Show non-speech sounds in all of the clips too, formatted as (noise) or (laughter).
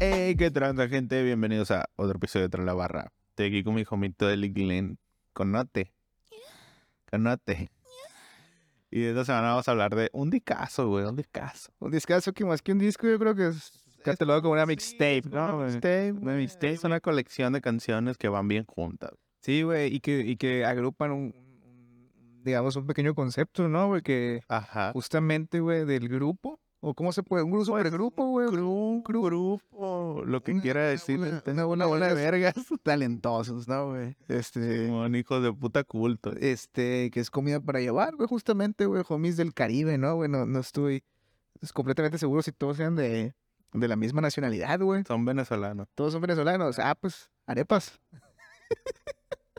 Hey, ¿qué tranza, gente? Bienvenidos a otro episodio de Tras la Barra. Estoy aquí con mi jomito de Glen. Conote. Conote. Y esta semana vamos a hablar de un discazo, güey. Un discazo. Un discazo que más que un disco, yo creo que es catalogado como una Sí, mixtape, es ¿no? Una güey? mixtape. Una güey. mixtape. Es una colección de canciones que van bien juntas. Sí, güey, y que, y que agrupan un, un- digamos, un pequeño concepto, ¿no? Güey, que Ajá. justamente, güey, del grupo, o cómo se puede, un grupo supergrupo, güey. Un grupo. Lo que Una- quiera decir. una- Tengo una (laughs) bola de vergas. Talentosos, ¿no, güey? Este, Un hijo de puta culto. este, que es comida para llevar, güey, justamente, güey, homies del Caribe, ¿no, güey? No, no estoy es completamente seguro si todos sean de, de la misma nacionalidad, güey. Son venezolanos. Todos son venezolanos. Ah, pues, arepas.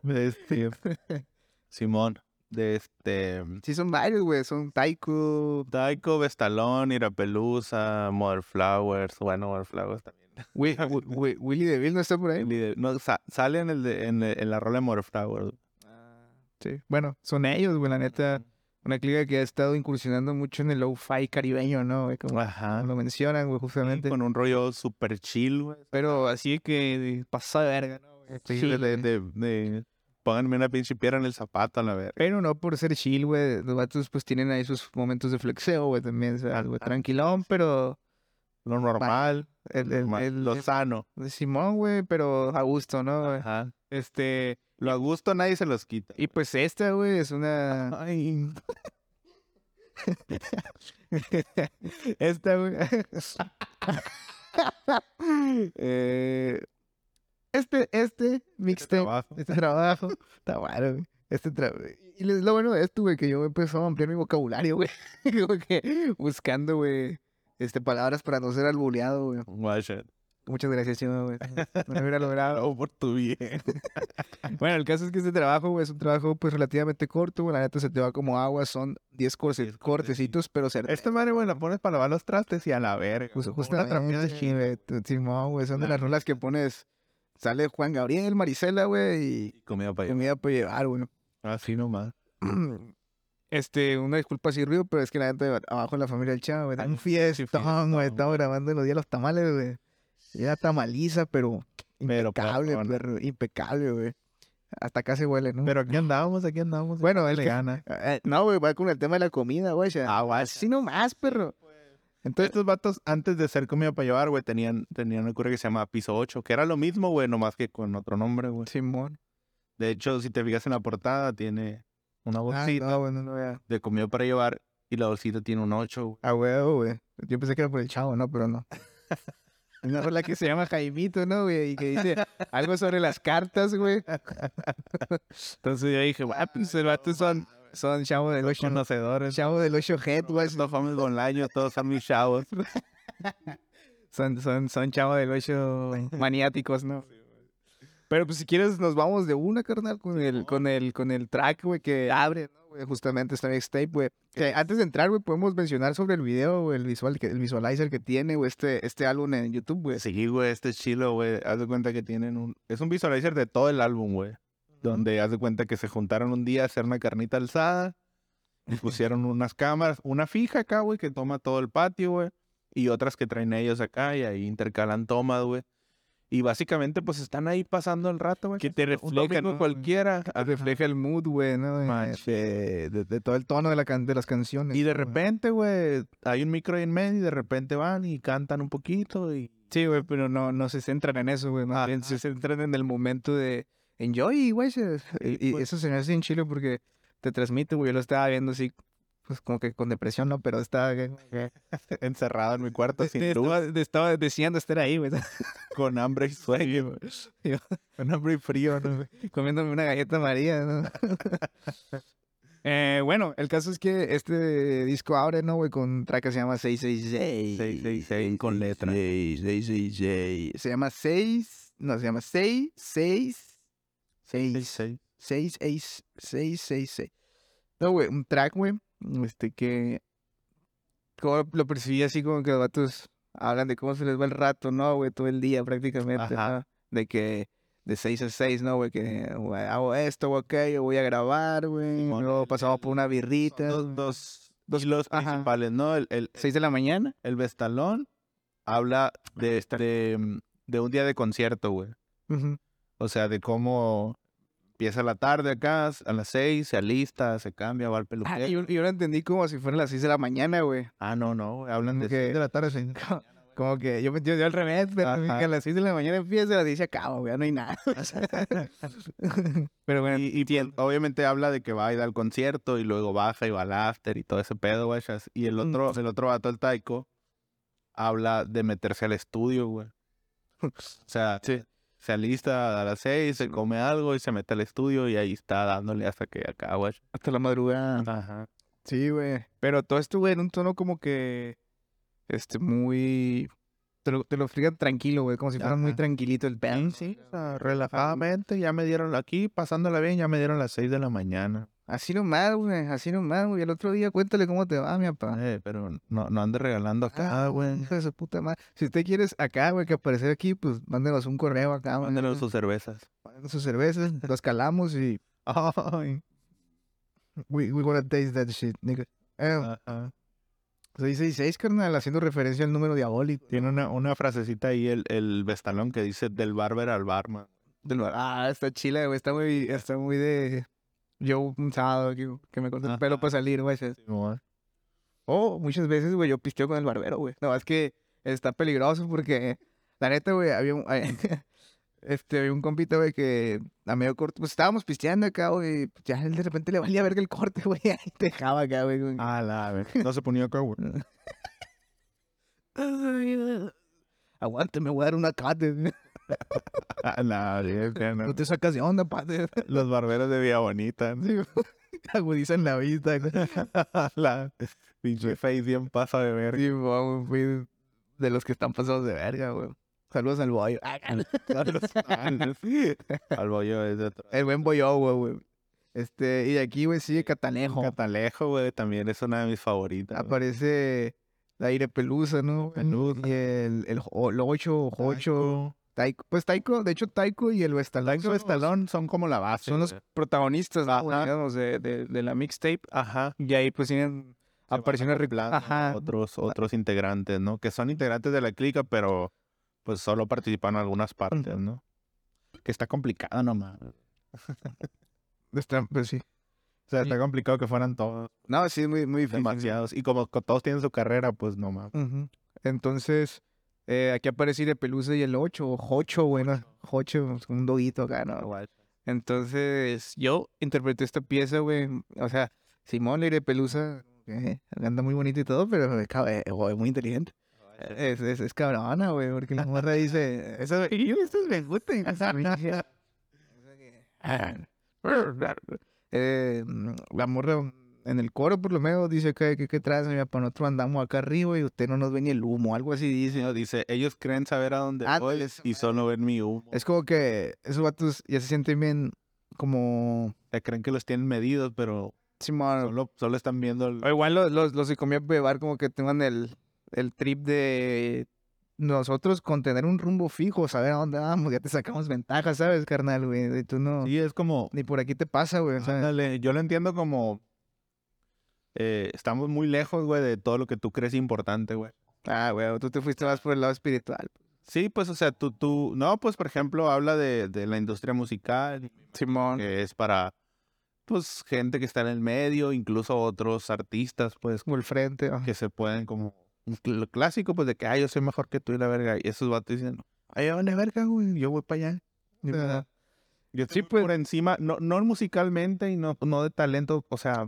Este, (laughs) Simón. De este. Sí, son varios, güey. Son (laughs) Taiko, Taiko, Vestalón, Irapelusa, Mother Flowers. Bueno, Mother Flowers también. Wi- Wi- Wi- Willy DeVille no está por ahí. Ni de- No, sa- sale en, el de- en, el- en la rola de Mother Flowers. Ah. Sí. Bueno, son ellos, güey, la neta. Una clica que ha estado incursionando mucho en el low-fi caribeño, ¿no? güey? Como ah, Ajá. lo mencionan, güey, justamente. Con un rollo super chill, güey. Pero así que pasa de verga, ¿no? güey? Sí, Chill, de, de, güey. de- pónganme una pinche piedra en el zapato, a la verga. Pero no por ser chill, güey. Los vatos pues tienen ahí sus momentos de flexeo, güey, también, ¿sabes? güey? Ajá. Tranquilón, pero Lo normal, el, lo el, normal, el- lo (laughs) sano. el Simón, güey, pero a gusto, ¿no? güey? Ajá. Este, Lo a gusto nadie se los quita. y pues esta, güey, es una... Ay, Esta, güey. Eh, este, este mixtape, trabajo. este trabajo, está bueno, güey. Este tra- Y lo- lo bueno de esto, güey, que yo empezó a ampliar mi vocabulario, güey. (laughs) Como que buscando, güey, este, palabras para no ser albuleado, güey. Watch it. Muchas gracias, Chema, güey. No lo hubiera logrado. Bravo Ah, oh, por tu bien. Bueno, el caso es que este trabajo, güey, es un trabajo, pues, relativamente corto, güey. La neta se te va como agua, son 10 corte- Diez cortecitos, pero certeros. Esta madre, güey, la pones para lavar los trastes y a la verga. Pues güey, como una trapeada justamente, de sí, chill. güey, tú- Simón, güey, son de las rolas que pones. Sale Juan Gabriel, Marisela, güey, y Y Comida para comida puede llevar, güey. Así nomás. (clears throat) Este, una disculpa si ruido, pero es que la gente de abajo de la familia del Chavo, güey, da un fiestón, güey, estamos grabando los días de los tamales, güey. Ya tamaliza, pero Pero impecable, perrón. perro, impecable, güey. Hasta acá se huele, ¿no? Pero aquí andábamos, aquí andábamos. bueno, el le que- (laughs) gana. eh, no, güey, va con el tema de la comida, güey. ya. Así nomás, perro. Entonces, Estos vatos, antes de ser comida para llevar, güey, tenían, tenían una cura que se llamaba Piso 8, que era lo mismo, güey, nomás que con otro nombre, güey. Simón. De hecho, si te fijas en la portada, tiene una Ah, bolsita no, bueno, no, ya. de comida para llevar y la bolsita tiene un 8, güey. A huevo, güey. Yo pensé que era por el chavo, ¿no? Pero no. (laughs) Hay Una rola que se llama Jaimito, ¿no, güey? Y que dice algo sobre las cartas, güey. (laughs) Entonces yo dije, guau, pues los vatos son, son chavo del ocho, Conocedores. chavo del ocho head, güey. Todos famosos con años, todos son mis chavos. Son, son, son chavo del (laughs) ocho maniáticos, ¿no? Pero pues si quieres nos vamos de una, carnal, con el, con el, con el track, güey, que abre, ¿no? güey? Justamente esta mixtape, güey. Que antes de entrar, güey, podemos mencionar sobre el video, güey, el visual, que- el visualizer que tiene, güey, este, este álbum en YouTube, güey. Sí, güey, este chilo, güey. Haz de cuenta que tienen un. Es un visualizer de todo el álbum, güey. Donde haz de cuenta que se juntaron un día a hacer una carnita alzada. (laughs) Y pusieron unas cámaras, una fija acá, güey, que toma todo el patio, güey. Y otras que traen ellos acá y ahí intercalan tomas, güey. Y básicamente, pues están ahí pasando el rato, güey. Que te refleja, ¿no? cualquiera. este, refleja el mood, güey, ¿no? Man, De, de- de- de todo el tono de, la can- de las canciones. Y de güey. repente, güey, hay un micro ahí en medio y de repente van y cantan un poquito y... Sí, güey, pero no, no se centran en eso, güey. Más bien se centran en el momento de enjoy, güey. se- eh, Y, y pues. eso se me hace en chile porque te transmite, güey. Yo lo estaba viendo así, pues como que con depresión, ¿no? Pero estaba... que- (laughs) Encerrado en mi cuarto te- sin te luz, estaba, te estaba deseando estar ahí, güey. con hambre y sueño, (laughs) güey. con hambre y frío, ¿no? güey? (laughs) comiéndome una galleta (laughs) María, ¿no? Eh, bueno, el caso es que este disco abre, ¿no, güey? Con un track que se llama 666. 666 con letra. 666. Se llama 6, no, se llama 6, 6, 6, 6, 6, 6, 6, 6. No, güey, un track, güey, este que... Como lo percibí así como que los vatos hablan de cómo se les va el rato, ¿no, güey? Todo el día prácticamente, Ajá. ¿no? De que de 6 a 6, ¿no, güey? Que güey, hago esto, güey, aquello, voy a grabar, güey. Simón, Luego el- pasamos el- por una birrita. Dos, dos, dos hilos Ajá. principales, ¿no? El, el, 6 de la mañana. el vestalón habla de, de, mm, de un día de concierto, güey. O sea, de cómo empieza la tarde acá, a las seis, se alista, se cambia, va al Ah, peluquero. yo, yo lo entendí como si fueran las 6 de la mañana, güey. Ah, no, no, güey, hablan de Que- seis de la tarde. seis- Como que yo, yo, yo al revés, pero Ajá. que a las 6 de la mañana empieza y a las 10 se acaba, güey, ya no (laughs) hay nada. pero bueno, Y, y, obviamente habla de que va a ir al concierto y luego baja y va al after y todo ese pedo, güey. chas. Y el Mm. otro, el otro vato, el Taiko, habla de meterse al estudio, güey. (laughs) O sea, se alista a las seis, se come algo y se mete al estudio y ahí está dándole hasta que acá, güey. hasta la madrugada. Ajá. Sí, güey. Pero todo esto, güey, en un tono como que. Este, muy. Te lo, te lo explican tranquilo, güey. Como si fuera muy Ajá. tranquilito el pedo. Ah, Sí, o sea, relajadamente, ya me dieron aquí, pasándola bien, ya me dieron las seis de la mañana. Así nomás, güey. Así nomás, güey. El otro día cuéntale cómo te va, mi papá. Eh, pero no, no andes regalando acá, Ah, güey. Hijo de su puta madre. Si usted quieres acá, güey, que aparecer aquí, pues mándenos un correo acá, güey. Mándenos sus cervezas. Mándenos sus cervezas, (laughs) lo escalamos y. (laughs) Ay. We, we wanna taste that shit, nigga. Eh, Ajá. 666, carnal, haciendo referencia al número diabólico. Tiene una, una frasecita ahí el, el vestalón que dice del barber al barman. del bar. Ah, está chila, güey. Está muy, está muy de. Yo un sábado que, que me corté el Ajá. pelo para salir, güey. se- O muchas veces, güey, yo pisteo con el barbero, güey. No, es que está peligroso porque, la neta, güey, había un, (laughs) este, había un compita, güey, que a medio corte, pues estábamos pisteando acá, güey. y Ya él de repente le valía verga el corte, (laughs) güey. Y te dejaba acá, güey. con- Ah, la ver- (laughs) No se ponía acá, güey. (laughs) Aguántame, voy a dar una cate. (laughs) Ah, la (laughs) verga, no. No te sacas de onda, padre. (laughs) Los barberos de Villa Bonita. Agudizan la (laughs) vista. güey. la pinche face bien pasa de (laughs) verga. Sí, vamos, fui de los que están pasados de verga, güey. Saludos al boyo. Ah, Al bollo es de otro. (laughs) El buen boyo, güey, güey. Este, y de aquí, güey, sigue Catanejo. Catalejo, güey, también es una de mis favoritas. güey. Aparece la aire pelusa, ¿no? güey? Pelusa. Y el, el, jo- el ocho, ocho. Taiko. Pues Taiko, de hecho, Taiko y el Westalón. Taiko Estalón son como la base. Son los güey. protagonistas, ¿no, güey? Ajá. digamos, de, de, de la mixtape. Ajá. Y ahí, pues, tienen apariciones acoplando a Ajá. Ah. Otros, otros integrantes, ¿no? Que son integrantes de la clica, pero pues solo participan en algunas partes, ¿no? Que está complicado nomás. O Están, pues, sí. sea, Sí. está complicado que fueran todos No, sí, es muy, muy difícil. demasiados. Y como co- todos tienen su carrera, pues no mames. Ujú. Entonces, eh, aquí aparece de Pelusa y el 8, o Jocho, bueno, Jocho, pues, un doguito acá, ¿no? Entonces, yo interpreté esta pieza, güey, o sea, Simón Leire Pelusa, eh, anda muy bonito y todo, pero es, cab- eh, güey, muy inteligente. Eh, Es, es, es cabrona, güey, porque la morra dice, eso, y estos me gustan. (laughs) ah, Eh, la morra en el coro, por lo menos, dice que, que, que traes, mira, para nosotros andamos acá arriba y usted no nos ve ni el humo, algo así dice. No, dice, ellos creen saber a dónde Ah, voy esa y solo ven mi humo. Es como que esos vatos ya se sienten bien como... Eh, creen que los tienen medidos, pero Simón, solo, solo están viendo el- O igual los, los, los que comían bebar como que tengan el, el trip de nosotros con tener un rumbo fijo, saber a dónde vamos, ya te sacamos ventaja, ¿sabes, carnal, güey? De tú no... Sí, es como, Ni por aquí te pasa, güey. o sea, Ándale, yo lo entiendo como eh, estamos muy lejos, güey, de todo lo que tú crees importante, güey. Ah, güey, tú te fuiste más por el lado espiritual. Sí, pues, o sea, tú, tú, no, pues, por ejemplo, habla de, de la industria musical, Simón. que es para, pues, gente que está en el medio, incluso otros artistas, pues, Como el frente. ajá. que se pueden como, lo clásico, pues, de que, ay, yo soy mejor que tú y la verga, y esos vatos dicen, ay, yo verga, güey, yo voy para allá. Ni Ajá. modo. Yo estoy pues. por encima, no, no musicalmente y no, no de talento, o sea,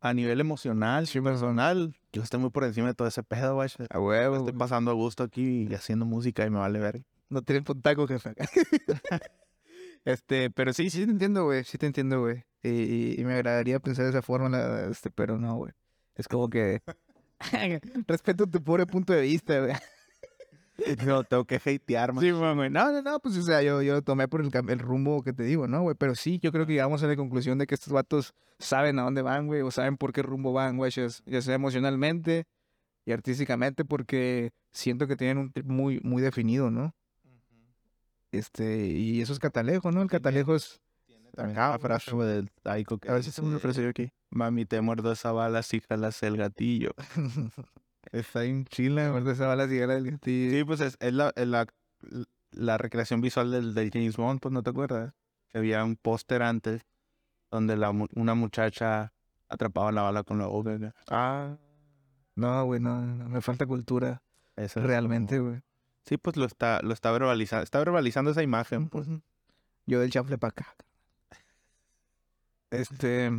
a nivel emocional, personal, yo estoy muy por encima de todo ese pedo, güey. pues. A huevo. Estoy güey. pasando a gusto aquí y haciendo música y me vale ver. No tienen puntaco, jefe. (laughs) este, pero sí, sí te entiendo, güey. Sí te entiendo, güey. Y, y- y me agradaría pensar de esa forma, la- este, pero no, güey. Es como que... Respeto tu pobre punto de vista, güey. (laughs) No, tengo que hatear, man. Sí, güey. No, no, no, pues o sea, yo, yo lo tomé por el, cam- el rumbo que te digo, ¿no, güey? Pero sí, yo creo que llegamos a la conclusión de que estos vatos saben a dónde van, güey, o saben por qué rumbo van, güey, ya s- ya sea emocionalmente y artísticamente, porque siento que tienen un trip muy, muy definido, ¿no? Este, y eso es catalejo, ¿no? El catalejo es. ¿eh? También Acá, la frase, güey, del Taiko que dice, yo aquí. Mami, te muerdo esa bala si jalas el gatillo. Está en chila, ¿verdad? Esa bala cigarra del gatillo. Sí, pues es, es la, es la- la recreación visual del, del James Bond, pues no te acuerdas. Que había un póster antes donde la mu- una muchacha atrapaba la bala con la boca. acá. Ah. No, güey, no, no, me falta cultura. Eso es Realmente, como- güey. Sí, pues lo está, lo está verbalizando. Está verbalizando esa imagen, pues. Yo del chanfle para acá. Este.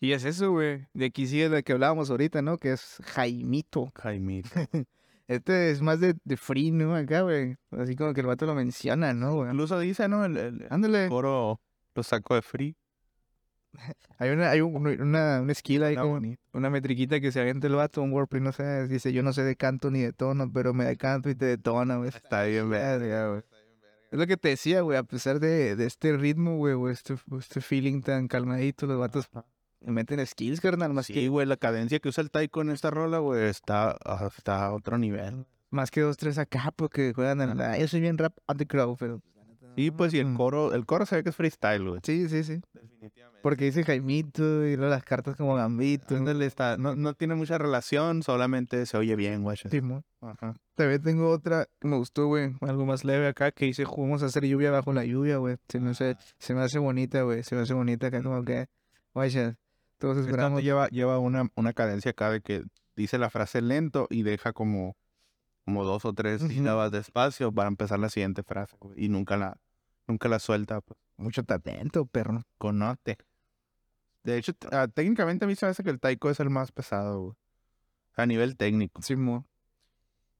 Y es eso, güey. De aquí sigue la que hablábamos ahorita, ¿no? Que es Jaimito. Jaime. Este es más de, de free, ¿no? Acá, güey. Así como que el vato lo menciona, ¿no, güey? Incluso dice, ¿no? El, el- el Ándale. coro lo sacó de free. Hay una, hay un- una, una skill ahí, Está como- bonito. una metriquita que se avienta el vato, un wordplay, no sé. Dice, yo no sé de canto ni de tono, pero me decanto y te detona, güey. Está bien, ver- Verga, güey. Es lo que te decía, güey, a pesar de, de este ritmo, güey, o este, o este feeling tan calmadito, los vatos le meten skills, carnal, más, Sí, que, güey, la cadencia que usa el taiko en esta rola, güey, está, ah, está a otro nivel. más que dos, tres acá, porque juegan en la... Yo soy bien rap on the crowd, pero... Sí, pues, y el Mm. coro, el coro se ve que es freestyle, güey. Sí, sí, sí. Definitivamente. Porque dice Jaimito y luego las cartas como Gambito. ¿no? Ándale, está, no, no tiene mucha relación, solamente se oye bien, güey. Simón. Ajá. También tengo otra que me gustó, güey, algo más leve acá, que dice, vamos a hacer lluvia bajo la lluvia, güey. Se me hace, se me hace bonita, güey, se me hace bonita acá como que... Vaya, todos Esta no esperamos... lleva, lleva una, una cadencia acá de que dice la frase lento y deja como, como dos o tres Ujú. sílabas de espacio para empezar la siguiente frase, güey, Y nunca la, nunca la suelta, pues. Mucho talento, perro. Conote. De hecho, t- ah, técnicamente a mí se me hace que el taiko es el más pesado, güey. A nivel técnico, Simón.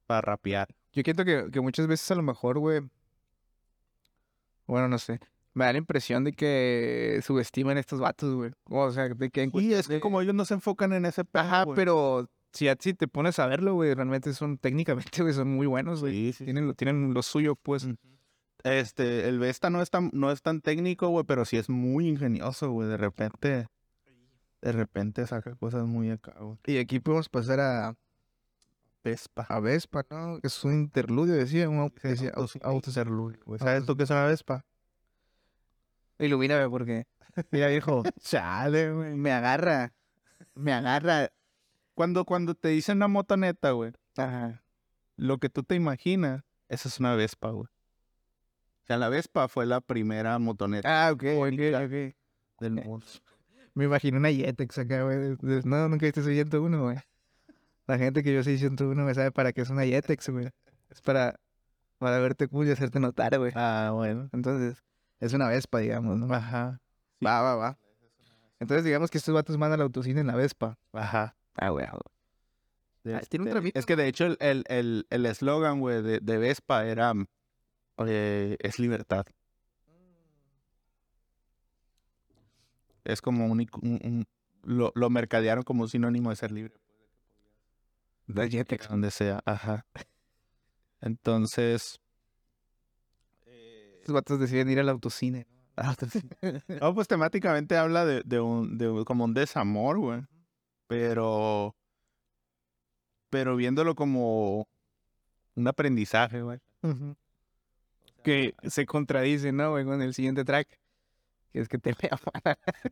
para rapear. Yo siento que, que muchas veces a lo mejor, güey. Bueno, no sé. Me da la impresión de que subestiman estos vatos, güey. O sea, de que en Y cuestión es que de- como ellos no se enfocan en ese pedo, Ajá, güey. pero si, a- si te pones a verlo, güey, realmente son técnicamente, güey, son muy buenos, güey. Sí, sí, sí. Tienen, lo, tienen lo suyo, pues. Mm. Este, el Vesta no es tan, no es tan técnico, güey, pero sí es muy ingenioso, güey. De repente, de repente saca cosas muy acá, güey. Y aquí podemos pasar a, Vespa. a Vespa, ¿no? Que es un interludio, decía. Un au- Dice decía, au- autos- autos- güey. ¿Sabes tú qué es una Vespa? Ilumíname, porque. (laughs) Mira, viejo. Chale, güey. Me agarra. Me agarra. Cuando, cuando te dicen una motoneta, güey, Ajá. lo que tú te imaginas, esa es una Vespa, güey. O sea, la Vespa fue la primera motoneta Ah, ok, ok, ok. del mundo. Me imagino una Jetex acá, güey. de- de- No, nunca viste soy 101, güey. La gente que yo soy 101 me sabe para qué es una Jetex, güey. Es para, para verte cool y hacerte notar, güey. Ah, bueno. Entonces, es una Vespa, digamos, ¿no? Ajá. Va, va, va. Entonces, digamos que estos vatos mandan la autocine en la Vespa. Ajá. Ah, güey. Ah, tiene un Este, tramito, Es que de hecho el- el el- el eslogan, güey, de, de Vespa era eh, es libertad. Es como un, ic- un- un- lo, lo mercadearon como un sinónimo de ser libre. La Jetex. Donde sea, ajá. Entonces. eh, Estos vatos deciden ir al autocine. (laughs) No, pues temáticamente habla de, de un, de un- como un desamor, güey. Pero, pero viéndolo como un aprendizaje, (laughs) güey. Que se contradice, ¿no, güey? Con el siguiente track. Que es que te (laughs) veo.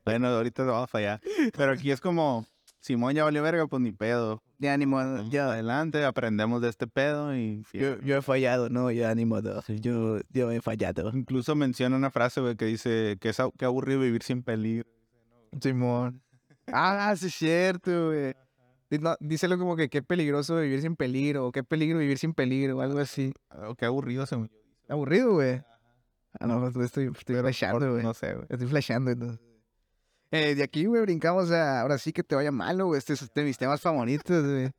Bueno, ahorita vamos para allá. Pero aquí es como, Simón ya valió verga, pues ni pedo. De ánimo, Vamos adelante, aprendemos de este pedo y... Yo, yo he fallado, no, yo ánimo, no. yo, yo he fallado. Incluso menciona una frase, güey, que dice que es au- que aburrido vivir sin peligro. Simón. Ah, sí es cierto, güey. Di- no, díselo como que qué peligroso vivir sin peligro, o qué peligro vivir sin peligro, o algo así. O qué aburrido se me... Aburrido, güey. Ah, no, tú estoy, estoy flashando, güey. No sé, güey. Estoy flashando, entonces. Eh, de aquí, güey, brincamos a ahora sí que te vaya malo, güey. Este es este de mis temas favoritos, güey.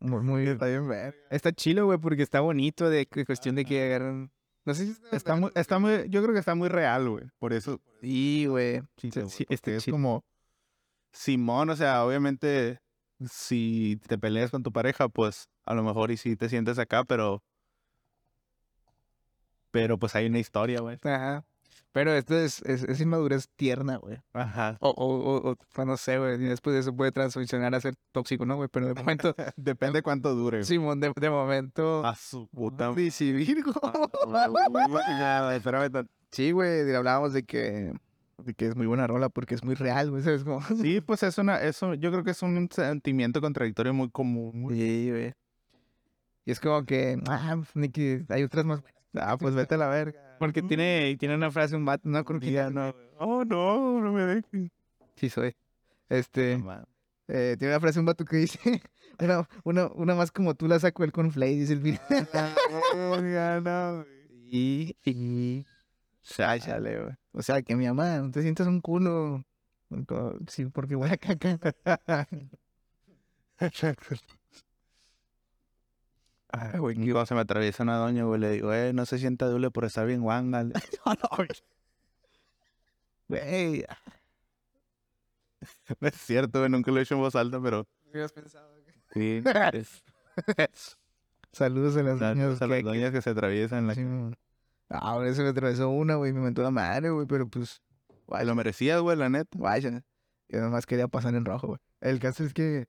Muy, muy Está bien, ver. Está chilo, güey, porque está bonito de cu- cuestión de que agarran. No sé si Está muy, está muy, yo creo que está muy real, güey. Por eso, Sí, güey. Sí, Sí, güey, sí, porque este es chip. como Simón, o sea, obviamente si te peleas con tu pareja, pues a lo mejor y si te sientes acá, pero pero pues hay una historia, güey. Ajá. Pero esto es, es, es inmadurez tierna, güey. Ajá. (laughs) O, o, o, o, no sé, güey. y Después de eso puede transicionar a ser tóxico, ¿no, güey? Pero de (laughs) momento, Em, Depende cuánto dure. Simón, de, de momento. A su puta. Sí, sí, Virgo. (laughs) Nada, espérame tan- ah, Sí, güey. y Hablábamos de que, de que es muy buena rola porque es muy real, güey. ¿Sabes (laughs) cómo? Sí, pues es una, eso, yo creo que es un sentimiento contradictorio muy común. güey. Sí, güey. Y es como que, ah, ni que hay otras más buenas. Ah, pues vete a la verga. Porque tiene, tiene una frase, un vato, no creo que Ya no. Oh, no, no me dejes. Sí, soy. Este, No, man. eh, tiene una frase, un vato que dice, (laughs) una, una, una más como tú la sacó el conflay, dice el video. Ah, Verga, no, (laughs) güey. Y, y, sáchale, güey. O sea, que mi mamá, no te sientas un culo. co- Sí, porque voy a caca. (laughs) Ah, güey, que cuando se me atraviesa una doña, güey, le digo, eh, no se sienta doble por estar bien guanga. Güey. (laughs) No es cierto, güey, nunca lo he hecho en voz alta, pero (laughs) sí. es- Saludos a las niñas. a las doñas que se atraviesan en la Ah, ahora se me atravesó una, güey. Me mentó la madre, güey. Pero pues, Ay, lo merecías, güey, la neta. vaya. Yo nomás quería pasar en rojo, güey. El caso es que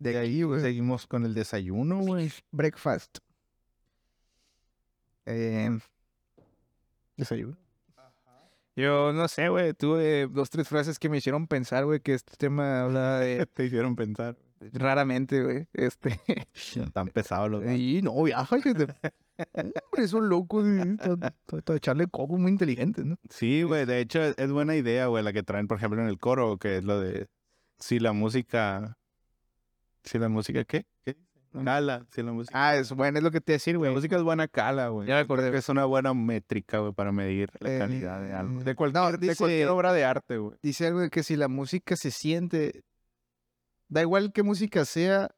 de ahí, güey. Seguimos con el desayuno, güey. Breakfast. Eh, Desayuno. Yo no sé, güey. Tuve dos, tres frases que me hicieron pensar, güey, que este tema habla de (laughs) (laughs) Te hicieron pensar. raramente, güey. Este. Tan pesado lo que. (laughs) Y no, viaja. que te- Hombre, son locos. güey, ta- ta- ta- Echarle coco muy inteligentes, ¿no? Sí, güey, de hecho es, es buena idea, güey, la que traen, por ejemplo, en el coro, que es lo de si la música. Si la música, ¿qué? ¿Qué? Cala, si la música. Ah, es bueno, es lo que te decir, La música es buena cala, güey. Ya me acordé. Creo que Es una buena métrica, güey, para medir la Eh, calidad de algo. de De cualquier, no, dice- obra de arte, güey. Dice algo de que si la música se siente, da igual qué música sea,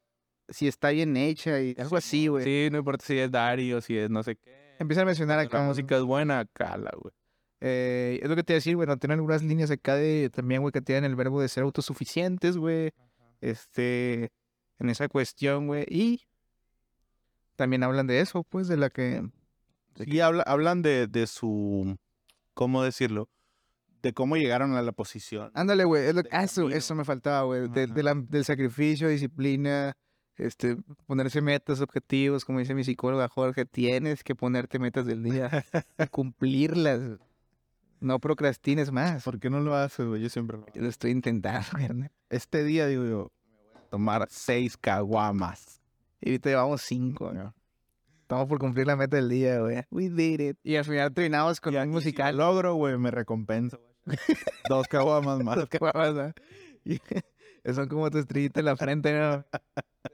si está bien hecha y algo así, güey. Sí, no importa si es Dario, si es no sé qué. Empieza a mencionar La acá. ¿no? música es buena, cala, güey. Eh, es lo que te iba a decir, bueno, tienen algunas líneas acá de también, güey, que tienen el verbo de ser autosuficientes, güey. Este, en esa cuestión, güey. Y también hablan de eso, pues, de la que. Y habla, hablan de, de su, ¿cómo decirlo? De cómo llegaron a la posición. Ándale, güey. es lo- Del ah, eso, camino. eso me faltaba, güey. de- de la- del sacrificio, disciplina, este, ponerse metas, objetivos, como dice mi psicóloga Jorge, tienes que ponerte metas del día, (laughs) y cumplirlas. No procrastines más. ¿Por qué no lo haces, güey? Yo siempre lo hago. Yo lo estoy intentando, (laughs) carnal. Este día, digo yo, tomar seis caguamas. Y ahorita llevamos cinco, ¿no? Estamos por cumplir la meta del día, güey. We did it. Y al final terminamos con un musical. Si lo logro, güey, me recompenso. Dos (laughs) caguamas más. ¿Qué pasa? Y- (laughs) Son como tu estrellita en la frente, ¿no?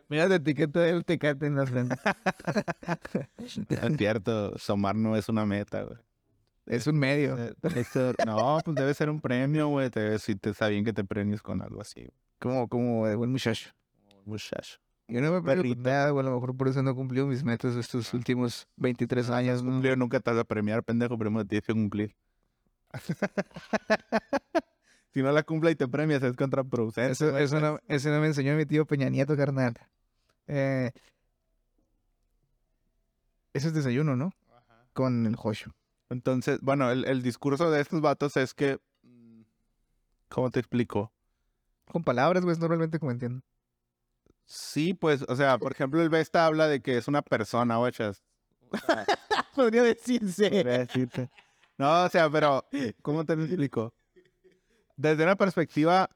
Mira la etiqueta del tecate en la frente. No Es cierto, tomar no es una meta, güey. Es un medio. (laughs) Eh, debe ser- No, pues debe ser un premio, güey. Te- Si te está bien que te premies con algo así, güey. Como, como de buen muchacho. muchacho. Yo no me Perrito. perdí nada, güey. A lo mejor por eso no he cumplido mis metas estos últimos 23 años, ¿no? Cumplido nunca te vas a premiar, pendejo, pero tienes que cumplir. (laughs) si no la cumpla y te premias, es contraproducente. Eso, eso, no, eso no me enseñó mi tío Peña Nieto, carnal. Eh, eso es desayuno, ¿no? Con el jocho. Entonces, bueno, el, el discurso de estos vatos es que. mm, ¿Cómo te explico? Con palabras, güey, es normalmente como entiendo. (laughs) Sí, pues, o sea, por ejemplo, el Vesta habla de que es una persona, guachas. Podría decirse. Podría decirte. No, o sea, pero, ¿cómo te lo explico? Desde una perspectiva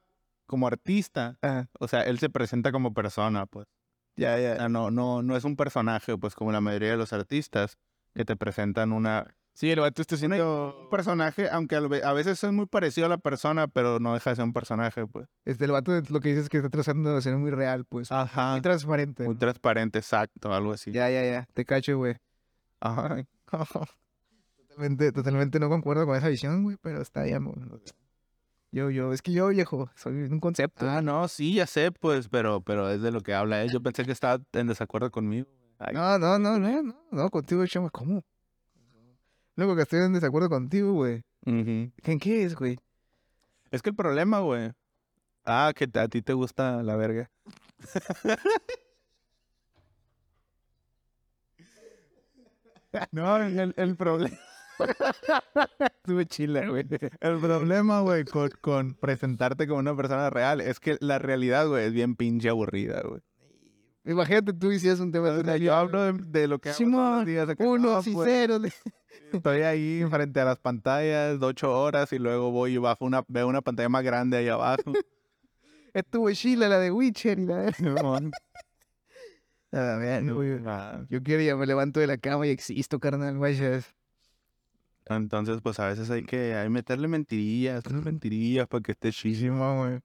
como artista, Ajá. o sea, él se presenta como persona, pues. Ya, O ya. sea, no, no, no es un personaje, pues, como la mayoría de los artistas que te presentan una. Sí, el vato está Un haciendo. personaje, aunque a lo ve- a veces es muy parecido a la persona, pero no deja de ser un personaje, pues. Este, el vato lo que dices es que está tratando de ser muy real, pues. Ajá. Muy transparente. Ah, Muy ¿no? transparente, exacto, algo así. Ya, ya, ya. Te (laughs) cacho, güey. Ajá. Totalmente, totalmente no concuerdo con esa visión, güey, pero está bien, güey. Yo, yo, es que yo, viejo, soy un concepto. Ah, no, sí, ya sé, pues, pero, pero es de lo que habla él. Yo pensé que estaba en desacuerdo conmigo. Ay, No, no, no, no, no, no, contigo, chama, ¿cómo? Luego que estoy en desacuerdo contigo, güey. ujú. ¿En qué es, güey? Es que el problema, güey. Ah, que a ti te gusta la verga. (laughs) No, el, problema. Estuve chila, (laughs) güey. El problema, güey, con, con presentarte como una persona real es que la realidad, güey, es bien pinche aburrida, güey. Imagínate tú hicieras un tema de O sea, yo hablo de, de lo que hago todos los Simón, días acá, uno, no, pues, sincero. Estoy ahí frente a las pantallas de ocho horas y luego voy y bajo una, veo una pantalla más grande ahí (laughs) abajo. (laughs) Estuvo chila la de Witcher y la de... Simón. (laughs) A la verga, güey. Ah, Yo quiero ya me levanto de la cama y existo, carnal, güey. ya es- Entonces, pues a veces hay que hay meterle mentirillas, unas mentirillas para que esté Sí, chido. güey.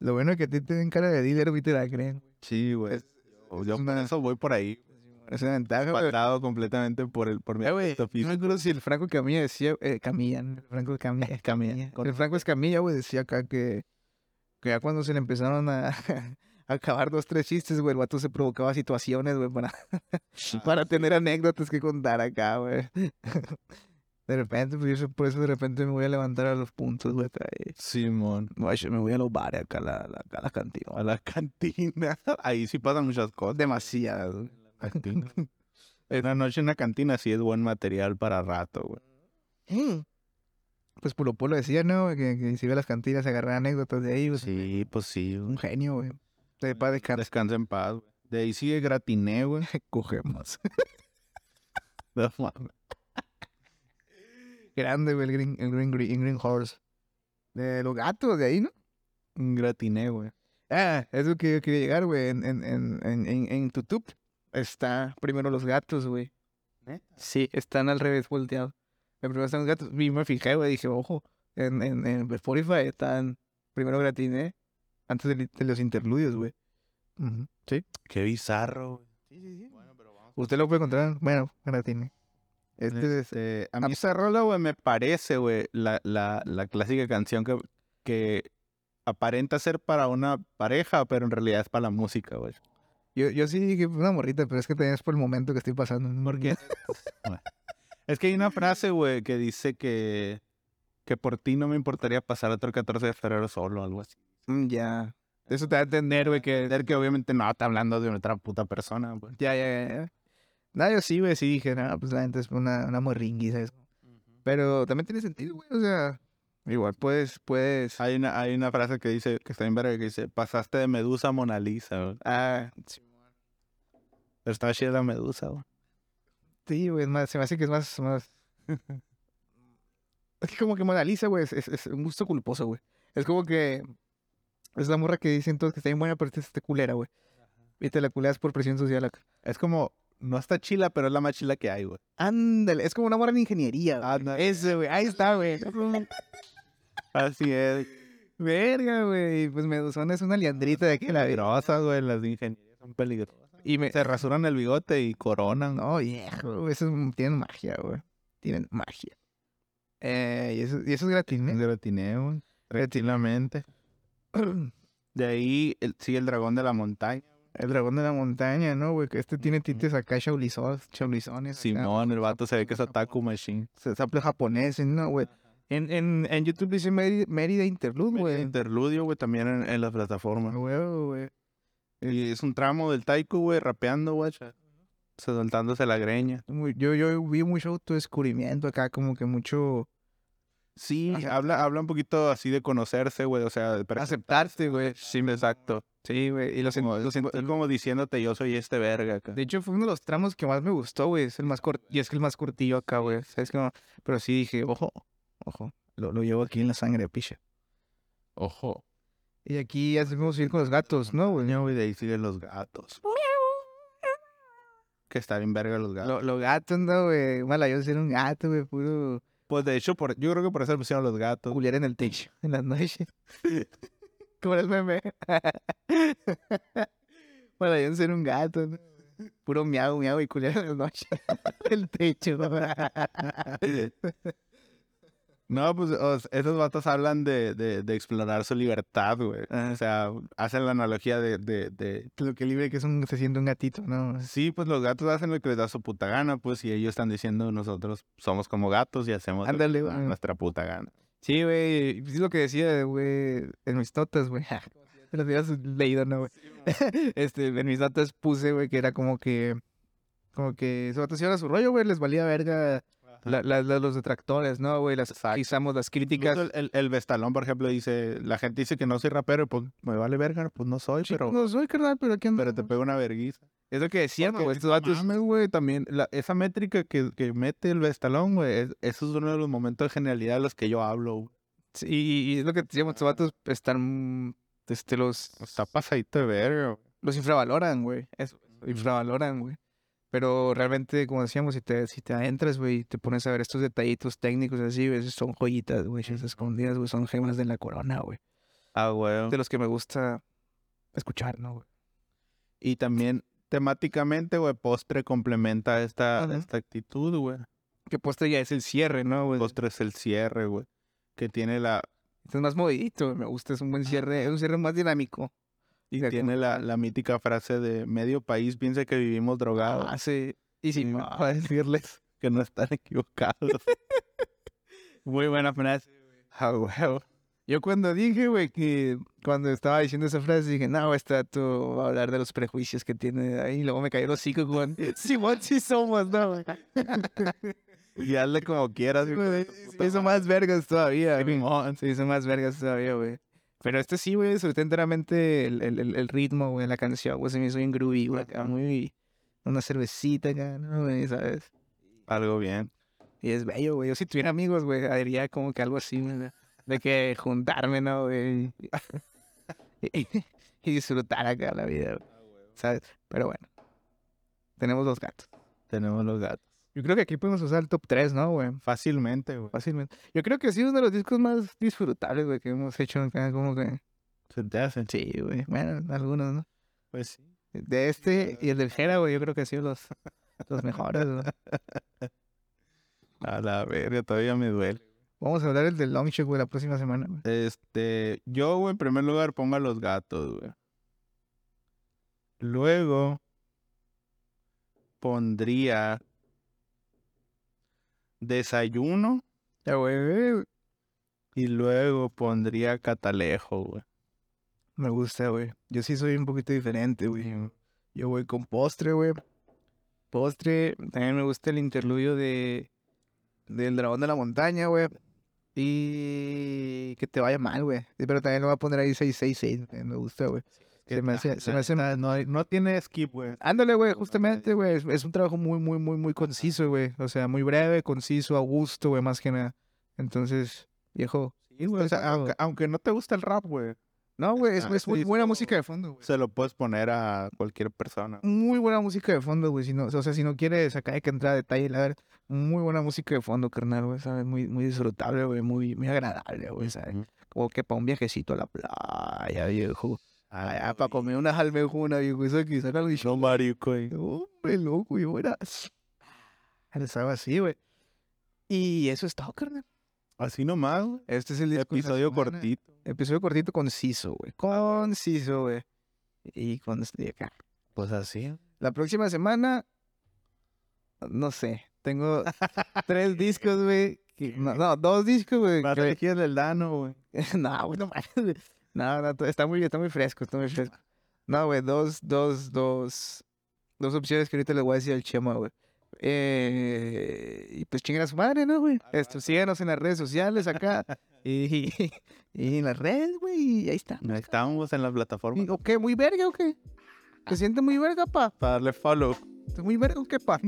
Lo bueno es que a ti te ven cara de dealer, güey, te la creen. Sí, güey. Es- Yo yo es por una- eso voy por ahí, Es una ventaja, güey. patado completamente por el por mi Eh, güey, aspecto no me físico. acuerdo si el Franco Camilla decía, eh, Camilla, ¿no? el Franco Camilla, Camilla, el Franco Escamilla, güey, decía acá que, que ya cuando se le empezaron a, (laughs) a acabar dos, tres chistes, güey, el vato se provocaba situaciones, güey, para, (laughs) para tener anécdotas que contar acá, güey. (laughs) De repente, pues, yo sé- por eso de repente me voy a levantar a los puntos, güey, acá, eh. Simón, Güey, yo me voy a los bares acá, a la, la, a la cantina. a la cantina. (laughs) Ahí sí pasan muchas cosas. Demasiado, güey. (laughs) Cantina. Una noche en la cantina sí es buen material para rato, güey. Mm. Pues Polo Polo decía, ¿no? güey? Que, que si iba a las cantinas a agarrar anécdotas de (laughs) ahí, güey. Sí, pues sí. güey. Un genio, güey. Te para descansar. Descansa en paz, güey. De ahí sigue gratiné, (laughs) güey. Cogemos. No mames. Grande, güey, el Green, el green, Gre- el green Horse. De los gatos de ahí, ¿no? Gratiné, güey. Ah, es lo que yo quería llegar, güey. En, en, en, en, en, en Tutup está primero los gatos, güey. Sí, están al revés volteados. Primero están los gatos. Y me fijé, güey, dije, ojo, en, en, en Spotify están primero gratiné antes de, li- de los interludios, güey. Sí. Qué bizarro, güey. Bueno, pero vamos. Usted lo puede encontrar, bueno, gratiné. Este es... Este, a mí esa rola, güey, me parece, güey, la, la, la clásica canción que, que aparenta ser para una pareja, pero en realidad es para la música, güey. Yo, yo sí dije una morrita, pero es que también es por el momento que estoy pasando. (laughs) Porque Es que hay una frase, güey, que dice que, que por ti no me importaría pasar otro 14 de febrero solo, algo así. Mm, ya. Eso te da a entender, güey, que Entender que obviamente no está hablando de otra puta persona, güey. Ya, ya, ya, ya. No, yo sí, güey, sí dije, no, pues la gente es una, una morringui, ¿sabes? Pero también tiene sentido, güey, o sea, igual puedes, puedes. Hay una, hay una frase que dice, que está en verga, que dice, pasaste de Medusa a Mona Lisa, güey. Ah, sí, Pero estaba chida la Medusa, güey. sí, güey, es más, se me hace que es más, más. es que como que Mona Lisa, güey, es, es- es un gusto culposo, güey. Es como que es la morra que dicen todos que está bien buena, pero esta está culera, güey. Y te la culeas por presión social acá. Es como, no está chila, pero es la más chila que hay, güey. Ándale, es como una morra en ingeniería, güey. Ándale. Ese, güey, ahí está, (laughs) güey. Así es. Verga, güey. Pues Medusona es una liandrita de aquí de la vida. Peligrosas, güey, las de ingeniería son peligrosas. Y me, Se rasuran el bigote y coronan. No, viejo, güey, esos tienen magia, güey. Tienen magia. Eh, y eso, y eso es Un gratis. gratineo, güey. Tranquilamente. (clears throat) De ahí el- sigue el dragón de la montaña. El dragón de la montaña, ¿no, güey? Que este tiene tintes acá, chaulizones, chaulizones. acá, Simón, el vato se ve que es Otaku Machine. se sample japonés, ¿no, güey? En, en, en YouTube dice Mérida, Mérida Interlude, Güey, güey. interludio, güey, también en, en las plataformas. Huevo, güey. Y es un tramo del Taiku, güey, rapeando, güey. se- Soltándose la greña. Muy- Yo, yo vi mucho autodescubrimiento acá, como que mucho Sí, Ajá. habla, habla un poquito así de conocerse, güey. O sea, de aceptarse, güey. Sí, exacto. Sí, güey. Y los, Como, los- es como diciéndote, yo soy este verga acá. De hecho, fue uno de los tramos que más me gustó, güey. Es el más corto. Y es que el más curtillo acá, güey. ¿Sabes cómo? Pero sí dije, ojo, ojo. Lo, lo llevo aquí en la sangre, picha. Ojo. Y aquí ya vamos a ir con los gatos, ¿no, güey? No, güey, de ahí siguen los gatos. Que está bien verga los gatos. Lo- Los gatos, ¿no, güey? Mala, yo ser un gato, güey. Puro Pues de hecho, por, yo creo que por eso le pusieron los gatos. culiar en el techo en (laughs) las noches. Como el meme. (laughs) Mala, yo ser un gato, ¿no? Puro miau, miau y culiar (laughs) en las noches. el techo. (laughs) No, pues o s- esos vatos hablan de, de, de explorar su libertad, güey. O sea, hacen la analogía de, de, de... lo que libre que es un, se siente un gatito, ¿no? Sí, pues los gatos hacen lo que les da su puta gana, pues, y ellos están diciendo nosotros somos como gatos y hacemos lo que Ándale, nos da güey. nuestra puta gana. Sí, güey, es lo que decía, güey, en mis notas, güey. (laughs) ja, Te las hubieras leído, ¿no, güey? (laughs) este, en mis notas puse, güey, que era como que... Como que su atención a su rollo, güey, les valía verga la- la- la- los detractores, ¿no, güey? Las quizamos las críticas. Incluso el, el, el Vestalón, por ejemplo, dice, la gente dice que no soy rapero, pues me vale verga, pues no soy, Sí, pero, no soy carnal, pero aquí pero andamos. te pego una verguiza. Es lo que decían, Porque güey, estos vatos. mames, güey, también la- esa métrica que, que mete el Vestalón, güey, es- eso es uno de los momentos de genialidad de los que yo hablo. güey. Sí, y, y es lo que decíamos, estos vatos están... Este, los, Está pasadito de verga. güey. los infravaloran, güey. Es- infravaloran, güey. Pero realmente, como decíamos, si te, si te adentras, güey, te pones a ver estos detallitos técnicos así, güey, esas son joyitas, güey, esas escondidas, güey, son gemas de la corona, güey. Ah, güey. De los que me gusta escuchar, ¿no, güey? Y también temáticamente, güey, postre complementa esta, Ajá. esta actitud, güey. Que postre ya es el cierre, ¿no, güey? Postre es el cierre, güey. Que tiene la, Este es más movidito, güey, me gusta, es un buen cierre, es un cierre más dinámico. y O sea, tiene como- la, la mítica frase de medio país piensa que vivimos drogados. Ah, sí. Y sí, Sí, ma- ma- (laughs) para decirles que no están (laughs) equivocados. muy buena frase. Ah, huevo. Yo cuando dije, güey, que cuando estaba diciendo esa frase, dije, no, este dato va a hablar de los prejuicios que tiene ahí. Y luego me cayó el hocico con, Simón, (laughs) sí somos, ¿no? güey?" y hazle como quieras. hijo de tu puta Se hizo madre. más vergas todavía, güey. Simón. Se hizo más vergas todavía, güey. Pero este sí, güey, disfruté enteramente el, el, el, el ritmo, güey, la canción, güey. Se me hizo bien groovy, güey, acá, muy... Una cervecita acá, ¿no, güey? ¿Sabes? Algo bien. Y es bello, güey. Yo si tuviera amigos, güey, haría como que algo así, güey, de- De que juntarme, ¿no, güey? Y, y disfrutar acá la vida, güey, ¿sabes? Pero bueno, tenemos dos gatos. Tenemos los gatos. Yo creo que aquí podemos usar el top 3, ¿no, güey? Fácilmente, güey. Fácilmente. Yo creo que sí, uno de los discos más disfrutables, güey, que hemos hecho acá, como que... Se te hacen. Sí, güey. Bueno, algunos, ¿no? Pues sí. De este y el del Jera, güey, yo creo que han sido los, los mejores, güey. A la verga, todavía me duele. Vamos a hablar el del Long Shot, güey, la próxima semana, güey. Este, yo, güey, en primer lugar pongo a los gatos, güey. Luego pondría desayuno. Ya, güey, güey. Y luego pondría catalejo, güey. Me gusta, güey. Yo sí soy un poquito diferente, güey. Yo voy con postre, güey. Postre, también me gusta el interludio de del dragón de la montaña, güey. Y que te vaya mal, güey. Sí, Pero también lo voy a poner ahí 666. güey. Me gusta, güey. Se me hace, se me hace una- No, hay- (laughs) no tiene skip, güey. Ándale, güey, justamente, güey. Es, es un trabajo muy, muy, muy, muy conciso, güey. O sea, muy breve, conciso, a gusto, güey, más que nada. Entonces, viejo. Sí, güey, o sea, Está- aunque, aunque no te gusta el rap, güey, No, güey, es, Está- es muy este buena disco- música de fondo, güey. se lo puedes poner a cualquier persona. muy buena música de fondo, güey. Si no, o sea, si no quieres acá hay que entrar a detalle, la verdad, muy buena música de fondo, carnal, güey, ¿sabes? Muy, muy disfrutable, güey, muy, muy agradable, güey, ¿sabes? Ujú. Como que para un viajecito a la playa, viejo. Allá para güey. comer unas almejunas, viejo, eso que saca el No, marico, güey. Hombre, loco, y buena. Estaba así, güey. Y eso es todo, carnal. Así nomás, güey. Este es el disco de la Episodio semana. cortito. Episodio cortito, conciso, güey. Conciso, güey. Y con este acá. Pues así. La próxima semana, no sé, (laughs) tengo tres discos, güey. que- No, no, dos discos, güey. Más que- tejidas del Dano, güey. (laughs) No, güey, no mames, güey. No, no, to- está muy bien, está muy fresco, está muy fresco. No, güey, dos, dos, dos, dos opciones que ahorita le voy a decir al Chema, güey. Eh, y pues chinguen a su madre, ¿no, güey? Esto, síganos en las redes sociales acá. Y, (laughs) y en las redes, güey, y ahí está. Ahí Estábamos en la plataforma. Y, ¿Ok? ¿Muy verga o qué? ¿Te sientes muy verga, pa? Para darle follow. (laughs) Estoy muy verga, ¿qué pa?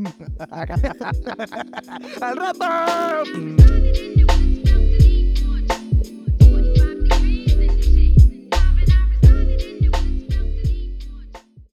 ¡Al rato!